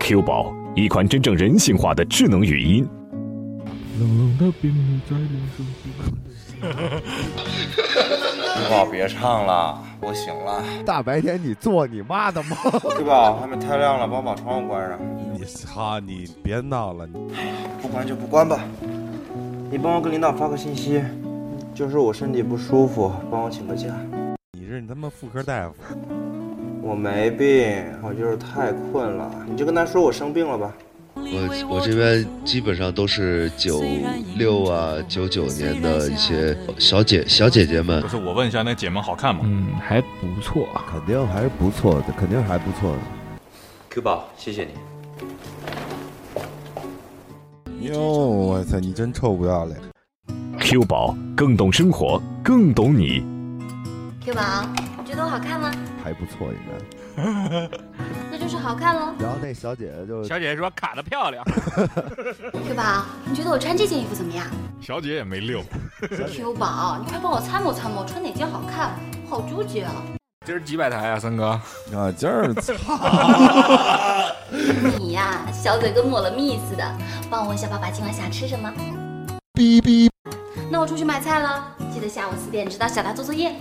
Q 宝，一款真正人性化的智能语音。冷冷的冰雨在脸上滴。 Q 宝哦别唱了，我醒了。大白天你做你妈的梦， Q 宝外面太亮了，帮我把窗户关上。你操，你别闹了，不关就不关吧。你帮我跟领导发个信息，就是我身体不舒服，帮我请个假。你是你他妈妇科大夫，我没病，我就是太困了。你就跟他说我生病了吧。我我这边基本上都是九六啊、九九年的一些小姐小姐姐们不，是我问一下，那姐们好看吗？嗯，还不错。肯定还是不错的，肯定还不错的。 Q 宝，谢谢你。哟，我操，你真臭不要脸。 Q 宝更懂生活，更懂你。 Q 宝，你觉得我好看吗？还不错，应该。那就是好看喽。然后那小姐姐就 小姐姐说卡的漂亮， Q 宝，你觉得我穿这件衣服怎么样 小姐也没溜， ？Q 宝，你快帮我参谋参谋，穿哪件好看？好纠结啊！今儿几百台啊，森哥。啊，今 儿你呀、小嘴跟抹了蜜似的。帮我问一下，爸爸今晚想吃什么？哔哔。那我出去买菜了，记得下午四点指导小达做作业。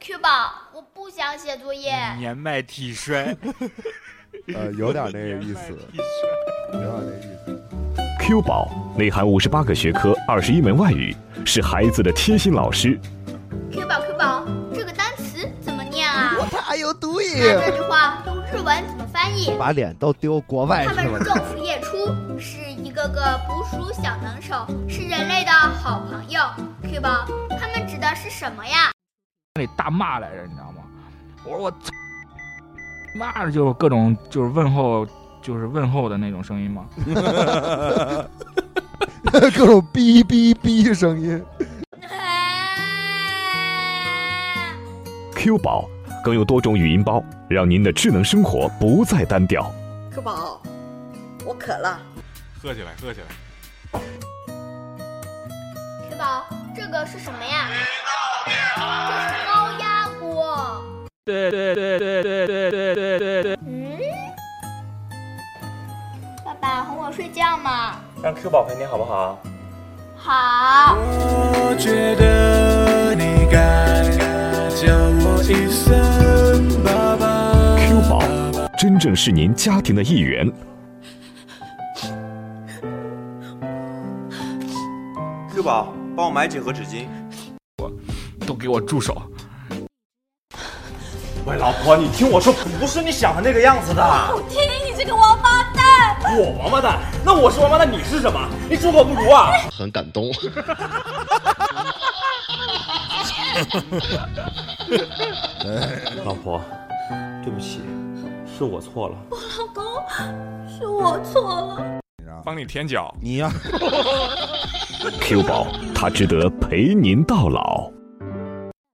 Q 宝，我不想写作业。年迈 体衰，呃有点那个意思， 有点那意思。 Q 宝内含五十八个学科，二十一门外语，是孩子的贴心老师。 Q 宝 Q 宝，这个单词怎么念啊？他有毒瘾，那这句话用日文怎么翻译？把脸都丢国外他们去是了。昼伏夜出，是一个个捕鼠小能手，是人类的好朋友。Q 宝，他们指的是什么呀？那里大骂来着，你知道吗？我说我操，骂的就是各种就是问候，就是问候的那种声音嘛。各种哔哔哔声音。 Q 宝更有多种语音包，让您的智能生活不再单调。可宝，我渴了。喝起来，喝起来。 Q 宝，这个是什么呀？这是高压锅。对对对对对对对对对对。嗯，爸爸哄我睡觉嘛。让 Q 宝陪你好不好？好。我觉得你该叫我一声爸爸。 Q 宝真正是您家庭的一员。 Q 宝，帮我买几盒纸巾。都给我住手！喂，老婆，你听我说，不是你想的那个样 子的。我听哎你这个王八蛋！我王八蛋？那我是王八蛋，你是什么？你猪狗不如啊！很感动。老婆，对不起，是我错了。老公，是我错了。帮你舔脚。你呀、 Q 宝，它值得陪您到老。